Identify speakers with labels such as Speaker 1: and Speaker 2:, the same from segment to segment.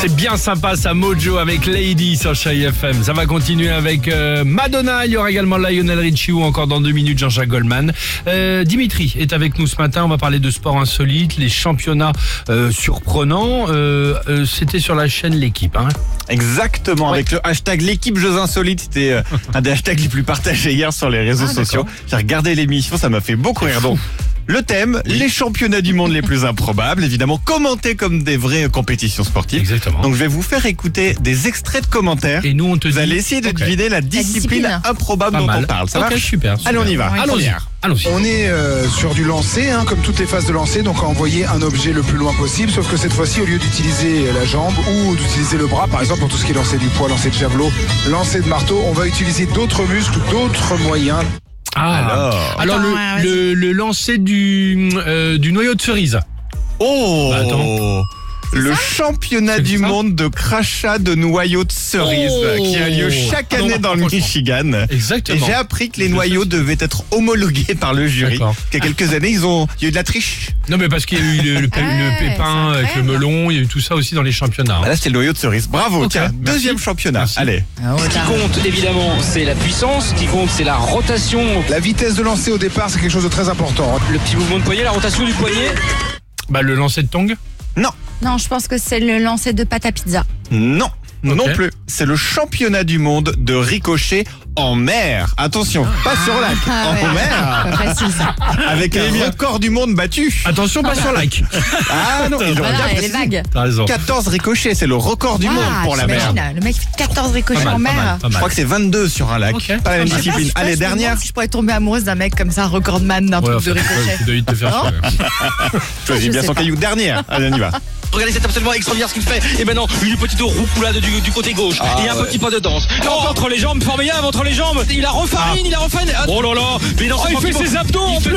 Speaker 1: C'est bien sympa ça Mojo avec Lady sur Chai FM. Ça va continuer avec euh, Madonna, il y aura également Lionel Richie ou encore dans deux minutes Jean-Jacques Goldman. Euh, Dimitri est avec nous ce matin, on va parler de sport insolite, les championnats euh, surprenants. Euh, euh, C'était sur la chaîne L'équipe. Hein.
Speaker 2: Exactement, avec le hashtag l'équipe Jeux Insolites, c'était euh, un des hashtags les plus partagés hier sur les réseaux
Speaker 1: Ah,
Speaker 2: sociaux. J'ai regardé l'émission, ça m'a fait beaucoup rire. Donc, le thème, les championnats du monde les plus improbables, évidemment commentés comme des vraies euh, compétitions sportives.
Speaker 1: Exactement.
Speaker 2: Donc, je vais vous faire écouter des extraits de commentaires.
Speaker 1: Et nous on te
Speaker 2: vous
Speaker 1: dit...
Speaker 2: allez essayer de
Speaker 1: Ok.
Speaker 2: deviner la discipline,
Speaker 3: discipline.
Speaker 2: improbable
Speaker 1: Pas
Speaker 2: dont
Speaker 1: mal.
Speaker 2: on parle. Ça
Speaker 1: Ok,
Speaker 2: marche
Speaker 1: super, super.
Speaker 2: Allez, on y va.
Speaker 1: Allons-y. Allons-y.
Speaker 4: On est euh, sur du lancer, hein, comme toutes les phases de lancer, donc à envoyer un objet le plus loin possible, sauf que cette fois-ci, au lieu d'utiliser la jambe ou d'utiliser le bras, par exemple pour tout ce qui est lancer du poids, lancer de javelot, lancer de marteau, on va utiliser d'autres muscles, d'autres moyens.
Speaker 1: Ah.
Speaker 2: Alors.
Speaker 1: Alors,
Speaker 3: Attends,
Speaker 1: le,
Speaker 3: ouais,
Speaker 1: le, le lancer du, euh, du noyau de cerise.
Speaker 2: Oh
Speaker 1: Bah, attends.
Speaker 2: Le championnat
Speaker 1: C'est
Speaker 2: du
Speaker 1: ça
Speaker 2: monde de crachat de noyaux de cerise
Speaker 1: Oh
Speaker 2: qui a lieu chaque
Speaker 1: Ah non,
Speaker 2: année
Speaker 1: bah,
Speaker 2: dans le
Speaker 1: franchement.
Speaker 2: Michigan. Et
Speaker 1: Exactement.
Speaker 2: j'ai appris que les
Speaker 1: Je
Speaker 2: noyaux devaient être homologués par le jury.
Speaker 1: D'accord.
Speaker 2: Qu'il y a quelques années, ils ont, il y a eu de la triche.
Speaker 1: Non, mais parce qu'il y a eu le, le pé- le
Speaker 3: Ah, Ouais,
Speaker 1: pépin
Speaker 3: c'est
Speaker 1: avec le
Speaker 3: incroyable.
Speaker 1: melon, il y a eu tout ça aussi dans les championnats. hein.
Speaker 2: Bah là, c'était le noyau de cerise. Bravo,
Speaker 1: Ok,
Speaker 2: tiens.
Speaker 1: merci.
Speaker 2: Deuxième championnat.
Speaker 1: Merci.
Speaker 2: Allez.
Speaker 5: Ce qui compte évidemment, c'est la puissance. Ce qui compte, c'est la rotation.
Speaker 4: La vitesse de lancer au départ, c'est quelque chose de très important.
Speaker 5: Le petit mouvement de poignet, la rotation du poignet.
Speaker 1: Bah, le lancer de tong
Speaker 3: Non, je pense que c'est le lancer de pâte à pizza.
Speaker 2: Non. Non
Speaker 1: Ok.
Speaker 2: plus. C'est le championnat du monde de ricochet en mer. Attention, pas sur lac,
Speaker 3: Ah,
Speaker 2: en
Speaker 3: ouais.
Speaker 2: mer,
Speaker 3: Pas facile, ça.
Speaker 2: avec les records du monde battus.
Speaker 1: Attention, pas
Speaker 3: bah,
Speaker 1: sur like.
Speaker 2: Ah non, ils
Speaker 3: Ah
Speaker 2: auraient
Speaker 3: non,
Speaker 2: bien
Speaker 3: elle est
Speaker 2: précisé.
Speaker 3: vague.
Speaker 1: T'as raison.
Speaker 2: 14 ricochets, c'est le record du monde
Speaker 3: Ah,
Speaker 2: pour la mer.
Speaker 3: t'imagines, Le mec fait 14 ricochets en
Speaker 1: pas
Speaker 3: mer.
Speaker 1: mal, pas
Speaker 2: Je
Speaker 1: mal.
Speaker 2: crois que c'est 22 sur un lac.
Speaker 1: Ok.
Speaker 2: Pas la même
Speaker 3: Ah, Je sais pas,
Speaker 2: discipline.
Speaker 3: je sais pas,
Speaker 2: Allez,
Speaker 3: je me demande
Speaker 2: dernière.
Speaker 3: Si je pourrais tomber amoureuse d'un mec comme ça, recordman d'un
Speaker 1: Ouais,
Speaker 3: truc
Speaker 1: enfin,
Speaker 3: de ricochet.
Speaker 1: ouais, tu dois vite te faire
Speaker 3: Non
Speaker 1: chier, ouais.
Speaker 2: Choisis
Speaker 3: Je
Speaker 2: bien
Speaker 3: sais
Speaker 2: son
Speaker 3: pas.
Speaker 2: caillou. Dernière. Allez, on y va.
Speaker 5: Regardez, c'est absolument extraordinaire ce qu'il fait. Et maintenant, une petite roucoulade du, du côté gauche. et un petit pas de danse. Ah Oh, entre les jambes, formidable, entre les jambes. Il a refarine, il a refarine. Oh là là, mais non, il fait ses abdos en plus.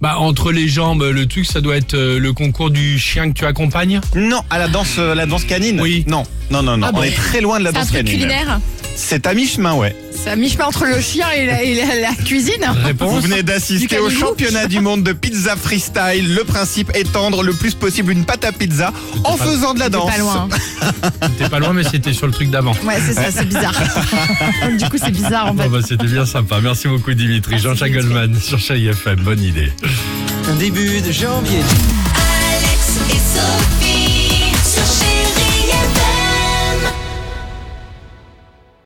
Speaker 1: Bah, entre les jambes, le truc, ça doit être euh, le concours du chien que tu accompagnes.
Speaker 2: Non, à la danse, euh, la danse canine.
Speaker 1: Oui.
Speaker 2: Non, non, non, non.
Speaker 1: Ah
Speaker 2: on
Speaker 1: bon
Speaker 2: est très loin de la
Speaker 3: C'est un
Speaker 2: danse
Speaker 3: truc
Speaker 2: canine.
Speaker 3: culinaire
Speaker 2: C'est à mi-chemin, ouais.
Speaker 3: C'est à mi-chemin entre le chien et la, et la- la cuisine
Speaker 2: Vous
Speaker 1: Réponse
Speaker 2: venez
Speaker 3: Du
Speaker 2: d'assister au
Speaker 3: canigou.
Speaker 2: championnat du monde de pizza freestyle. Le principe étendre le plus possible une pâte à pizza en
Speaker 1: pas-
Speaker 2: faisant de la
Speaker 3: C'est
Speaker 2: danse.
Speaker 3: pas loin. hein.
Speaker 1: T'es pas loin, mais c'était sur le truc d'avant.
Speaker 3: Ouais, c'est ça, c'est bizarre. du coup, c'est bizarre en fait.
Speaker 1: Bon, bah, c'était bien sympa. Merci beaucoup, Dimitri.
Speaker 3: Merci,
Speaker 1: Jean-Jacques
Speaker 3: Dimitri.
Speaker 1: Goldman sur Chai FM. Bonne idée.
Speaker 5: Début de janvier.
Speaker 6: Alex et Sophie.